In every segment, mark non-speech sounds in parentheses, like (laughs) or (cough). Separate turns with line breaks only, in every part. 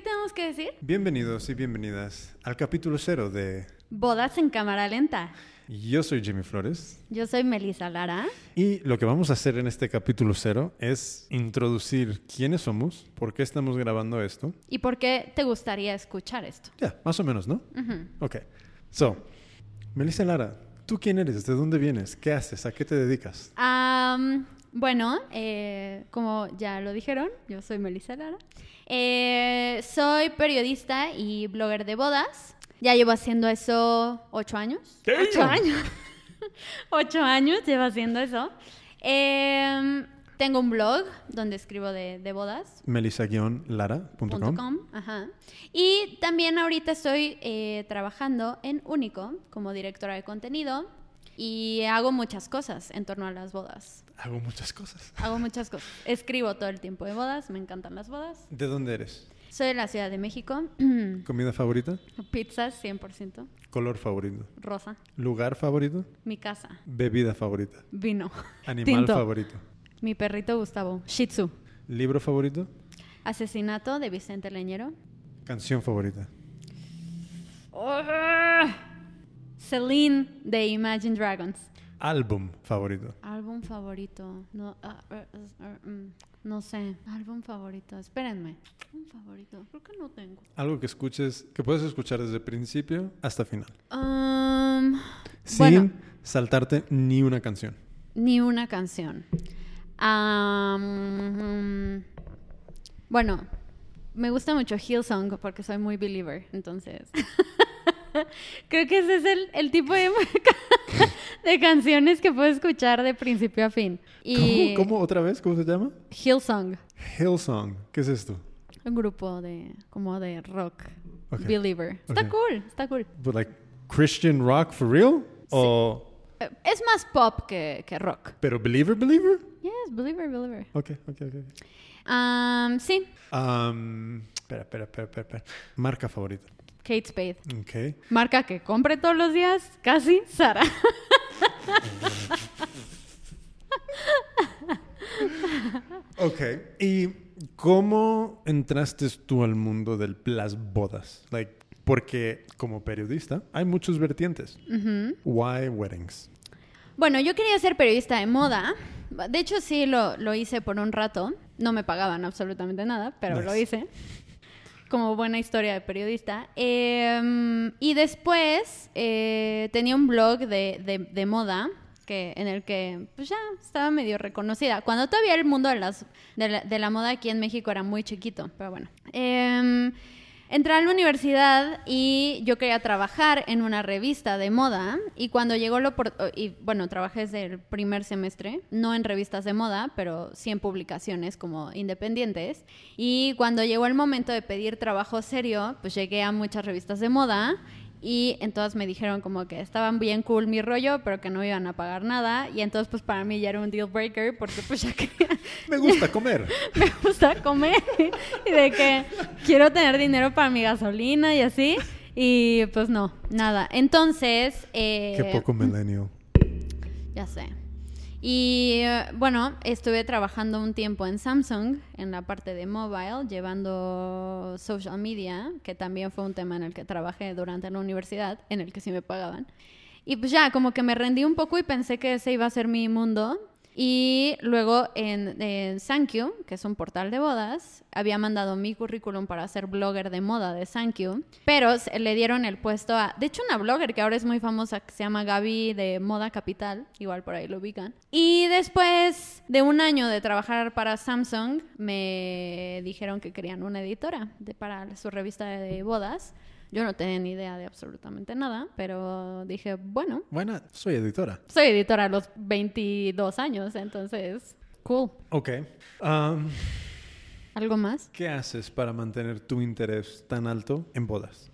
tenemos que decir?
Bienvenidos y bienvenidas al capítulo cero de
Bodas en cámara lenta.
Yo soy Jimmy Flores
Yo soy Melissa Lara.
y lo que vamos a hacer en este capítulo cero es introducir quiénes somos, por qué estamos grabando esto.
¿Y por qué te gustaría escuchar esto?
Ya, más o menos, ¿no? Ok. So, Melissa Lara, ¿tú quién eres? ¿De dónde vienes? ¿Qué haces? ¿A qué te dedicas?
Am, bueno, eh, como ya lo dijeron, yo soy Melissa Lara. Eh, soy periodista y blogger de bodas. Ya llevo haciendo eso ocho años.
Damn.
Ocho años. (laughs) ocho años llevo haciendo eso. Em, tengo un blog donde escribo de- de bodas.
Melissa-lara.com.
.com, ajá. Y también ahorita estoy eh, trabajando en Único como directora de contenido y hago muchas cosas en torno a las bodas.
Hago muchas cosas.
Hago muchas
(laughs)
cosas. Escribo todo el tiempo de bodas, me encantan las bodas.
¿De dónde eres?
Soy de la Ciudad de México. (clears throat)
¿Comida favorita?
Pizzas 100%,
¿Color favorito?
rosa.
¿Lugar favorito?
Mi casa,
¿Bebida favorita?
vino. (laughs)
¿Animal
Tinto.
favorito?
Mi perrito Gustavo, Shih Tzu.
¿Libro favorito?
Asesinato de Vicente Leñero.
¿Canción favorita?
Celine de Imagine Dragons.
¿Álbum favorito?
Álbum favorito. No, ah, ah, ah, mm, no sé. Álbum favorito. Espérenme. Álbum favorito. Creo que no tengo.
Algo que escuches, que puedes escuchar desde principio hasta final.
Um,
Sin
Bueno,
saltarte ni una canción.
ni una canción. Um, mm, bueno, me gusta mucho Hillsong porque soy muy believer. Entonces, (laughs) creo que ese es el, el tipo de, (laughs) música- de canciones que puedo escuchar de principio a fin. Y
¿Cómo, ¿Cómo? ¿Otra vez? ¿Cómo se llama?
Hillsong.
Hillsong. ¿Qué es esto?
un grupo de como de rock
Ok.
believer está
Ok.
cool está cool
But like Christian rock for real? O
Eh, es más pop que, que rock
pero believer believer?
yes believer believer
Ok, ok, ok.
Am, sí
Um, espera, espera, espera, espera, espera. Marca favorita.
Kate Spade
Ok.
marca que compre todos los días casi Sara (laughs)
Ok. ¿Y cómo entraste tú al mundo de las bodas? Like, porque como periodista hay muchos vertientes. Why weddings?
bueno yo quería ser periodista de moda de hecho sí lo, lo hice por un rato no me pagaban absolutamente nada pero lo
Nice.
hice como buena historia de periodista. Eh, y después eh, tenía un blog de, de- de moda que, en el que pues ya estaba medio reconocida. Cuando todavía el mundo de, las, de, la, de la moda aquí en México era muy chiquito, pero bueno. Eh, entré a la universidad y yo quería trabajar en una revista de moda y cuando llegó lo y bueno trabajé desde el primer semestre no en revistas de moda pero sí en publicaciones como independientes y cuando llegó el momento de pedir trabajo serio, pues llegué a muchas revistas de moda y entonces me dijeron como que estaban bien cool mi rollo, pero que no me iban a pagar nada. Y entonces pues para mí ya era un deal breaker porque pues ya (laughs) que
Me gusta comer.
(laughs) me gusta comer y de que quiero tener dinero para mi gasolina y así. Y pues no, nada. Entonces... Eh,
Qué poco millennial.
ya sé. Y eh, bueno, estuve trabajando un tiempo en Samsung, en la parte de mobile, llevando social media, que también fue un tema en el que trabajé durante la universidad, en el que sí me pagaban. Y pues ya, como que me rendí un poco y pensé que ese iba a ser mi mundo. Y luego en, en Sankyu, que es un portal de bodas, había mandado mi currículum para ser blogger de moda de Sankyu, pero se- le dieron el puesto a, de hecho, una blogger que ahora es muy famosa, que se llama Gaby de Moda Capital, igual por ahí lo ubican. Y después de un año de trabajar para Samsung, me dijeron que querían una editora de- para su revista de bodas. Yo no tenía ni idea de absolutamente nada, pero dije, bueno,
Bueno, soy editora.
soy editora a los 22 años, entonces, cool.
Ok. Um,
¿Algo más?
¿Qué haces para mantener tu interés tan alto en bodas?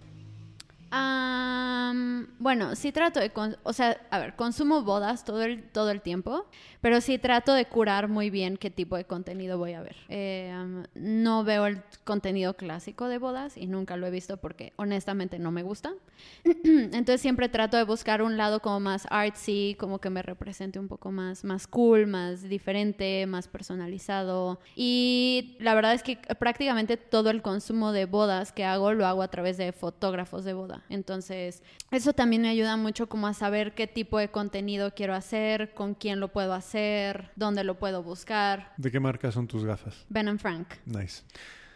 Um, bueno, sí trato de, con- o sea, a ver, consumo bodas todo el, todo el tiempo, pero sí trato de curar muy bien qué tipo de contenido voy a ver. Eh, um, no veo el contenido clásico de bodas y nunca lo he visto porque honestamente no me gusta. (clears throat) Entonces siempre trato de buscar un lado como más artsy, como que me represente un poco más, más cool, más diferente, más personalizado. Y la verdad es que prácticamente todo el consumo de bodas que hago lo hago a través de fotógrafos de boda. Entonces eso también me ayuda mucho como a saber qué tipo de contenido quiero hacer, con quién lo puedo hacer, dónde lo puedo buscar.
¿De qué marca son tus gafas?
Ben and Frank.
Nice.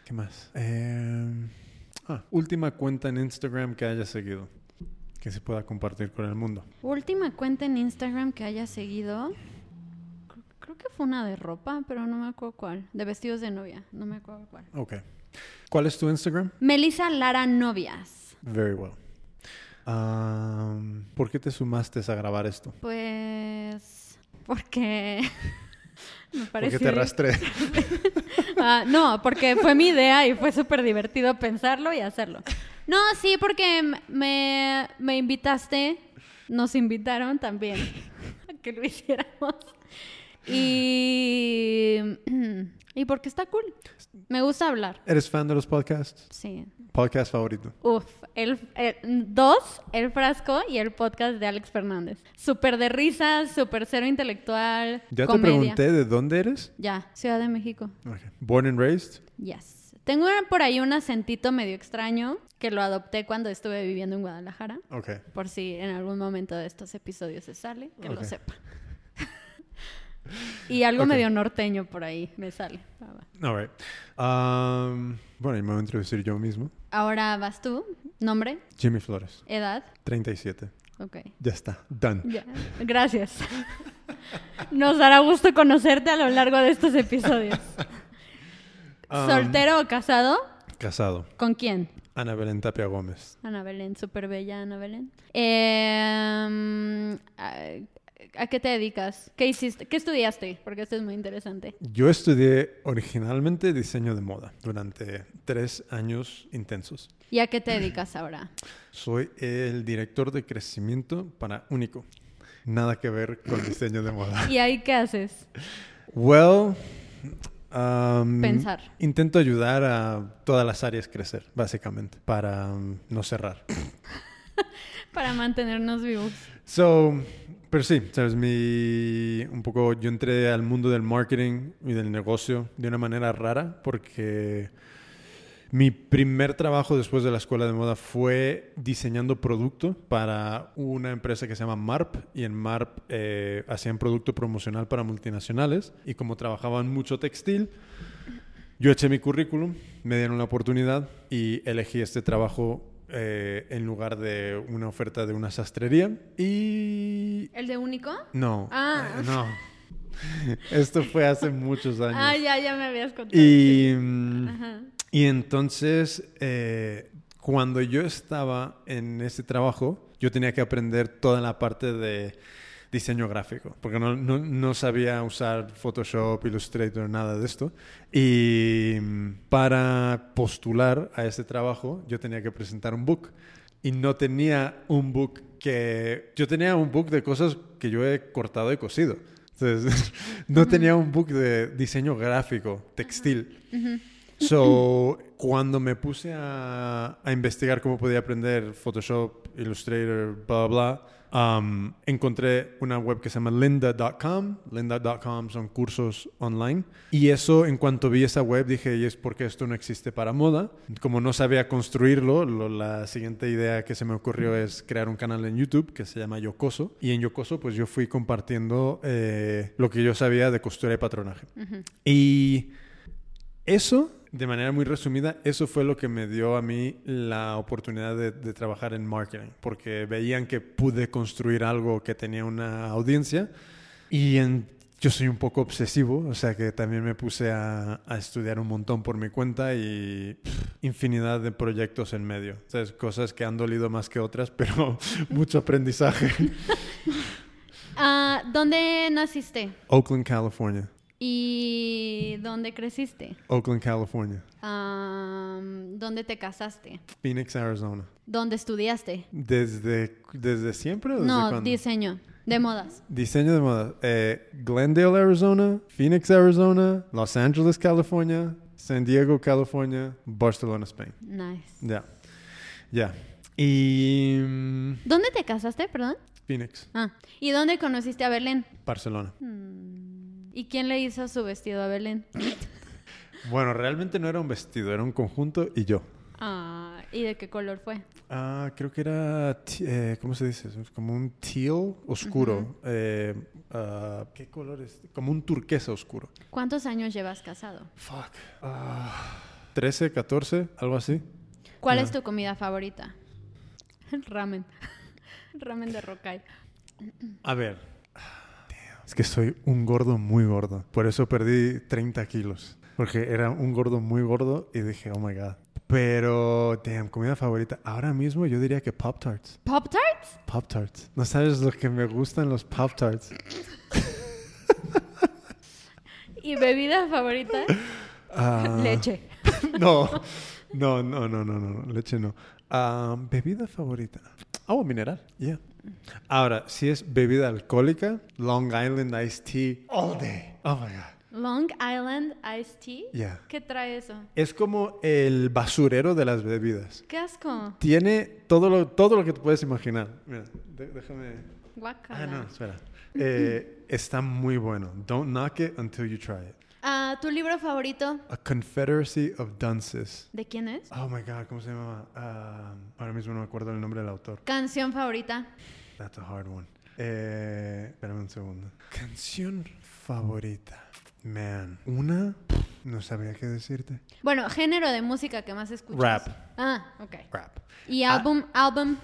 ¿Qué más? Eh, ah, última cuenta en Instagram que hayas seguido. Que se pueda compartir con el mundo.
Última cuenta en Instagram que haya seguido. Cre- Creo que fue una de ropa, pero no me acuerdo cuál. De vestidos de novia, no me acuerdo cuál.
Ok. ¿Cuál es tu Instagram?
Melissa Lara Novias.
Very well. Um, ¿Por qué te sumaste a grabar esto?
Pues. Porque. (laughs) me
Porque
pareció.
te (laughs) arrastré.
Ah, no, porque fue mi idea y fue súper divertido pensarlo y hacerlo. No, sí, porque m- me, me invitaste, nos invitaron también (laughs) a que lo hiciéramos. Y, (clears throat) y porque está cool. Me gusta hablar,
¿Eres fan de los podcasts?
sí.
Podcast favorito.
Uf, el, el- dos, el frasco y el podcast de Alex Fernández. Súper de risas, súper cero intelectual.
Ya
comedia.
te pregunté de dónde eres.
Ya, Ciudad de México.
Ok. Born and raised.
Yes. Tengo una- por ahí un acentito medio extraño que lo adopté cuando estuve viviendo en Guadalajara.
Ok.
Por si en algún momento de estos episodios se sale, que lo
Ok.
sepa. y algo
Ok.
medio norteño por ahí me sale. Va, va.
All right. Um, bueno, y me voy a introducir yo mismo.
Ahora vas tú. Nombre,
Jimmy Flores,
edad. 37.
37.
Ok.
Ya está. Done.
Ya. Gracias. Nos dará gusto conocerte a lo largo de estos episodios.
Um,
¿Soltero o casado?
Casado.
¿Con quién?
Ana Belén Tapia Gómez.
Ana Belén, súper bella Ana Belén. Em, ¿a, a qué te dedicas? ¿Qué hiciste? ¿Qué estudiaste? Porque esto es muy interesante.
Yo estudié originalmente diseño de moda durante tres años intensos.
¿Y a qué te dedicas ahora?
Soy el director de crecimiento para Único. Nada que ver con diseño de moda.
¿Y ahí qué haces?
Well, um,
Pensar.
Intento ayudar a todas las áreas crecer, básicamente, para um, no cerrar.
Para mantenernos vivos.
So, pero sí, sabes, mi un poco yo entré al mundo del marketing y del negocio de una manera rara porque mi primer trabajo después de la escuela de moda fue diseñando producto para una empresa que se llama MARP y en MARP eh, hacían producto promocional para multinacionales y como trabajaban mucho textil, yo eché mi currículum, me dieron la oportunidad y elegí este trabajo eh, en lugar de una oferta de una sastrería. Y.
¿El de único?
No.
Ah.
eh, No. (laughs) Esto fue hace muchos años.
Ah, ya, ya me habías contado.
Y. mm,
Ajá.
y entonces, eh, cuando yo estaba en ese trabajo, yo tenía que aprender toda la parte de diseño gráfico, porque no, no- no sabía usar Photoshop, Illustrator, nada de esto. Y mm, para postular a ese trabajo, yo tenía que presentar un book. Y no tenía un book que... Yo tenía un book de cosas que yo he cortado y cosido. Entonces, (laughs) no tenía un book de diseño gráfico, textil. So, cuando me puse a, a investigar cómo podía aprender Photoshop, Illustrator, bla, bla, bla, um, encontré una web que se llama lynda.com. Lynda.com son cursos online. Y eso, en cuanto vi esa web, dije, y es porque esto no existe para moda. Como no sabía construirlo, lo- la siguiente idea que se me ocurrió es crear un canal en YouTube que se llama Yocoso. Y en Yocoso, pues yo fui compartiendo eh, lo que yo sabía de costura y patronaje. Y... Eso, de manera muy resumida, eso fue lo que me dio a mí la oportunidad de, de trabajar en marketing, porque veían que pude construir algo que tenía una audiencia y en- yo soy un poco obsesivo, o sea que también me puse a, a estudiar un montón por mi cuenta y pff, infinidad de proyectos en medio, ¿sabes? Cosas que han dolido más que otras, (laughs) pero mucho aprendizaje.
Ah, ¿Dónde naciste?
Oakland, California.
¿Y dónde creciste?
Oakland, California.
Am, ¿Dónde te casaste?
Phoenix, Arizona.
¿Dónde estudiaste?
¿Desde, desde siempre o desde
No,
cuándo?
diseño de modas.
Diseño de moda. Eh, Glendale, Arizona. Phoenix, Arizona. Los Angeles, California. San Diego, California. Barcelona, Spain.
Nice.
Ya. Ya. Y. mm,
¿Dónde te casaste, perdón?
Phoenix,
Ah, ¿y dónde conociste a Belén? Hmm,
Barcelona.
¿Y quién le hizo su vestido a
(laughs)
Belén?
Bueno, realmente no era un vestido, era un conjunto y yo.
Ah, ¿y de qué color fue?
Ah, creo que era. ti- eh, ¿Cómo se dice? Es Como un teal oscuro. Eh, ah, ¿Qué color es? Como un turquesa oscuro.
¿Cuántos años llevas casado?
Fuck. Ah, 13, 14, algo así.
¿Cuál
Ah.
es tu comida favorita? (laughs) Ramen. (laughs) Ramen de Rokai.
(laughs) A ver. Es que soy un gordo muy gordo. Por eso perdí 30 kilos. Porque era un gordo muy gordo y dije, oh my god. Pero, damn, comida favorita. Ahora mismo yo diría que Pop Tarts.
¿Pop Tarts?
Pop Tarts. No sabes lo que me gustan los Pop Tarts.
¿Y bebida favorita?
Ah,
Leche.
No, no, no, no, no, no, leche no. Ah, bebida favorita. Agua mineral, yeah. Ahora, si es bebida alcohólica, Long Island Iced Tea all day. Oh my god.
Long Island Iced Tea.
Yeah.
¿Qué trae eso?
Es como el basurero de las bebidas.
¡Qué asco!
Tiene todo lo, todo lo que te puedes imaginar. Mira, de- déjame.
Guacala.
Ah, no, espera. Eh, está muy bueno. Don't knock it until you try it.
Ah, ¿Tu libro favorito?
A Confederacy of Dunces.
¿De quién es?
Oh my god, ¿cómo se llamaba? Ah, ahora mismo no me acuerdo el nombre del autor.
¿Canción favorita?
That's a hard one. Eh, espérame un segundo. Canción favorita. Man, una. No sabría qué decirte.
Bueno, género de música que más escuchas.
Rap.
Ah, ok.
Crap.
¿Y
Ah.
álbum? álbum?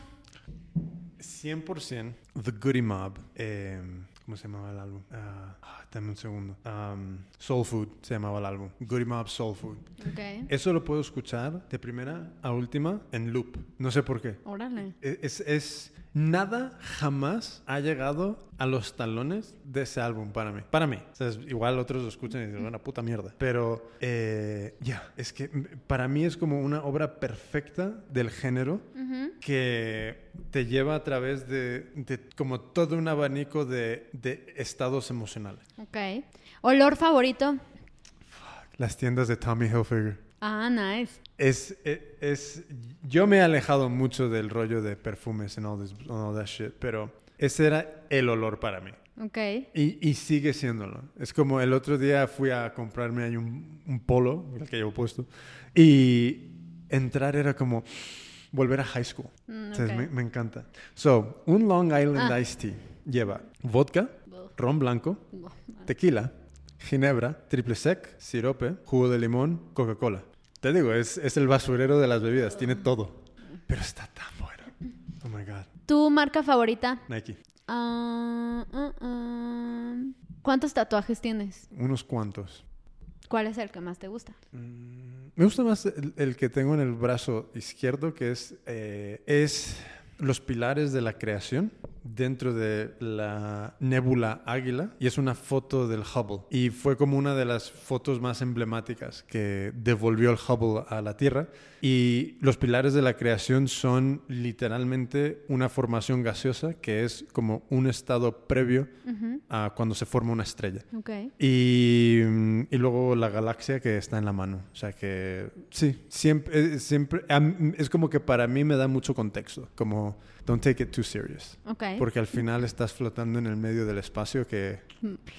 100% The Goody Mob. eh, ¿Cómo se llamaba el álbum? Ah, ah, dame un segundo. Um, Soul Food se llamaba el álbum. Goody Mob Soul Food.
Ok.
Eso lo puedo escuchar de primera a última en loop. No sé por qué. E,
Órale.
Es, es- nada jamás ha llegado a los talones de ese álbum para mí. Para mí. O sea, es- igual otros lo escuchan y dicen, una puta mierda. Pero eh, ya, es que mm, para mí es como una obra perfecta del género
Ujú.
que te lleva a través de, de como todo un abanico de, de estados emocionales.
Ok. ¿Olor favorito?
Las tiendas de Tommy Hilfiger.
Ah, nice.
Es, e- es, yo me he alejado mucho del rollo de perfumes and all, this, and all that shit, pero ese era el olor para mí.
Ok.
Y, y sigue siéndolo. Es como el otro día fui a comprarme ahí un, un polo, el que llevo puesto, y entrar era como volver a high school.
Mm,
Entonces,
ok.
me, me encanta. So, un Long Island
Ah.
Iced Tea lleva vodka,
Buh.
ron blanco,
Buh.
tequila, ginebra, triple sec, sirope, jugo de limón, Coca-Cola. Te digo, es, es el basurero de las bebidas, tiene todo. Pero está tan bueno. Oh my God.
¿Tu marca favorita?
Nike.
Ah, ah, ah. ¿Cuántos tatuajes tienes?
Unos cuantos.
¿Cuál es el que más te gusta?
Mm, Me gusta más el, el que tengo en el brazo izquierdo, que es, eh, es los pilares de la creación dentro de la nébula águila y es una foto del Hubble y fue como una de las fotos más emblemáticas que devolvió el Hubble a la Tierra y los pilares de la creación son literalmente una formación gaseosa que es como un estado previo
Ujú.
a cuando se forma una estrella
Ok.
y, mm, y luego la galaxia que está en la mano. O sea que sí, siempre, eh, siempre a mí- es como que para mí me da mucho contexto, como don't take it too serious.
Ok.
Porque al final estás flotando en el medio del espacio que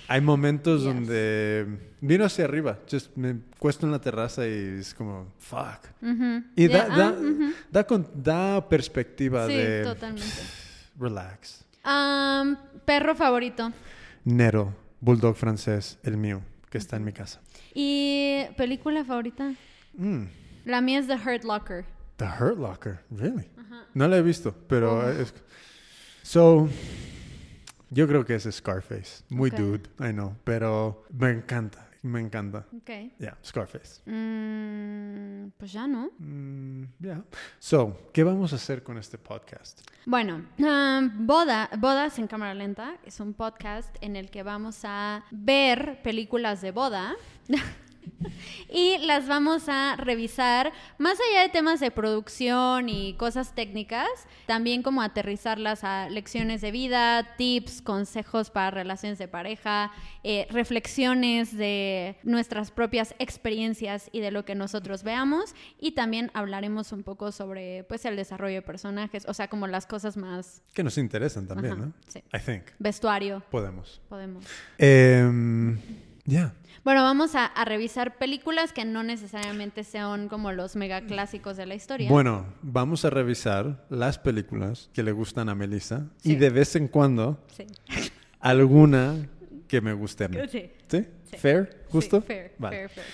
hay momentos
Mm. Yes.
donde miro hacia arriba, just me cuesto en la terraza y es como, fuck.
Ujú.
Y
Ya,
da,
ah,
da,
ujú.
da con- da perspectiva
Sí,
de
totalmente.
relax.
Am, perro favorito.
Nero, bulldog francés, el mío, que está en mi casa.
¿Y película favorita?
Mm.
La mía es The Hurt Locker.
The Hurt Locker, really? No la he visto, pero
Oh.
es- so yo creo que es Scarface, muy
Ok.
dude, I know, pero me encanta. Me encanta.
Ok.
Yeah, Scarface.
Mm, pues ya no.
Mm, yeah. So, ¿qué vamos a hacer con este podcast?
Bueno, um, Boda, Bodas en Cámara Lenta es un podcast en el que vamos a ver películas de boda. (laughs) y las vamos a revisar más allá de temas de producción y cosas técnicas, también como aterrizarlas a lecciones de vida, tips, consejos para relaciones de pareja, eh, reflexiones de nuestras propias experiencias y de lo que nosotros veamos y también hablaremos un poco sobre pues el desarrollo de personajes, o sea, como las cosas más
Que nos interesan también,
Ajá,
¿no?
sí.
I think.
vestuario.
Podemos.
Podemos.
Em, yeah.
Bueno, vamos a, a revisar películas que no necesariamente sean como los mega clásicos de la historia.
Bueno, vamos a revisar las películas que le gustan a Melissa
Sí.
y de vez en cuando
Sí.
alguna que me guste a mí.
Sí.
¿Sí?
Sí.
¿Fair? ¿Justo?
Sí, fair,
Vale.
fair, fair.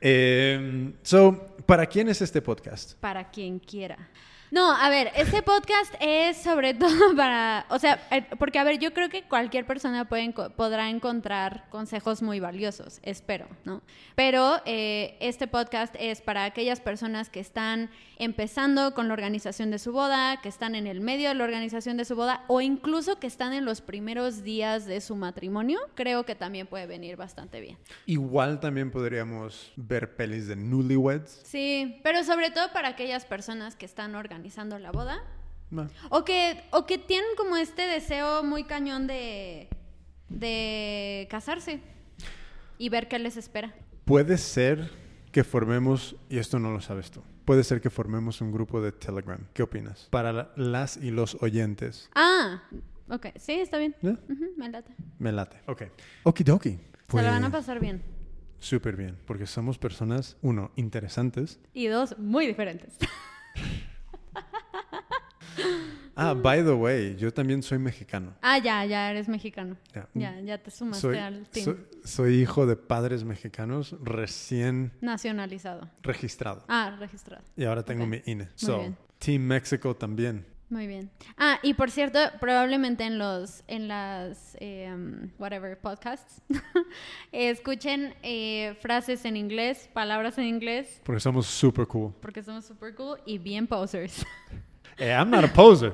Em, so, ¿para quién es este podcast?
Para quien quiera. No, a ver, este podcast es sobre (laughs) todo para, o sea, eh, porque a ver, yo creo que cualquier persona puede enco- podrá encontrar consejos muy valiosos, espero, ¿no? Pero eh, este podcast es para aquellas personas que están empezando con la organización de su boda, que están en el medio de la organización de su boda o incluso que están en los primeros días de su matrimonio, creo que también puede venir bastante bien.
Igual también podríamos ver pelis de newlyweds.
Sí, pero sobre todo para aquellas personas que están organizando la boda
No.
o que, o que tienen como este deseo muy cañón de, de casarse y ver qué les espera.
Puede ser que formemos, y esto no lo sabes tú, puede ser que formemos un grupo de Telegram. ¿Qué opinas? Para la- las y los oyentes.
Ah, ok, sí, está bien.
¿Ya?
Ujú, me late.
Me late. Ok. Okidoki.
Se la van a
Pues,
pasar bien.
Súper bien, porque somos personas, uno, interesantes.
Y dos, muy diferentes.
Ah, by the way, yo también soy mexicano.
(laughs) ah, ya, ya eres mexicano.
Ya.
Ya, ya te sumaste
Soy,
al team
so- soy hijo de padres mexicanos recién
nacionalizado.
registrado.
Ah, registrado.
Y ahora tengo
Ok.
mi INE. So,
bien.
Team México también.
Muy bien. Ah, y por cierto, probablemente en los, en las, eh, um, whatever, podcasts, (laughs) escuchen eh, frases en inglés, palabras en inglés,
Porque somos super cool.
porque somos super cool y bien posers. (laughs)
Eh, I'm not a poser.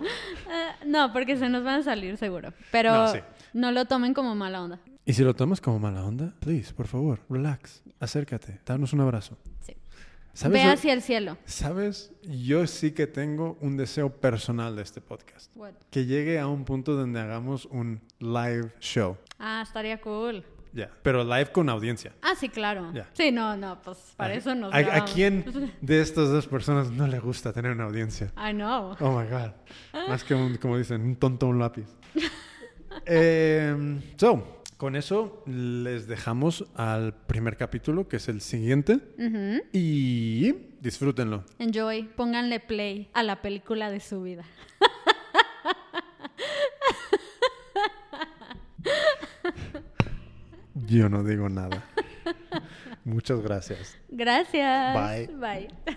Ah, no, porque se nos van a salir seguro. Pero no,
No, sí.
lo tomen como mala onda.
Y si lo tomas como mala onda, please, por favor, relax. Acércate, danos un abrazo.
Sí.
¿Sabes?
Ve
lo-
hacia el cielo.
¿Sabes? Yo sí que tengo un deseo personal de este podcast.
What?
Que llegue a un punto donde hagamos un live show.
Ah, estaría cool.
Ya. Pero live con audiencia.
Ah, sí, claro.
Ya.
Sí, no, no, pues para
¿A-
eso nos
¿A, ¿A
grabamos. (laughs)
quién de estas dos personas no le gusta tener una audiencia?
I know.
Oh my God. Más que un, como dicen, un tonto
(laughs)
un lápiz. Em, so, con eso les dejamos al primer capítulo, que es el siguiente.
Ujú.
Y disfrútenlo.
Enjoy, pónganle play a la película de su vida.
Yo no digo nada. Muchas gracias.
(laughs) Gracias.
Bye.
Bye.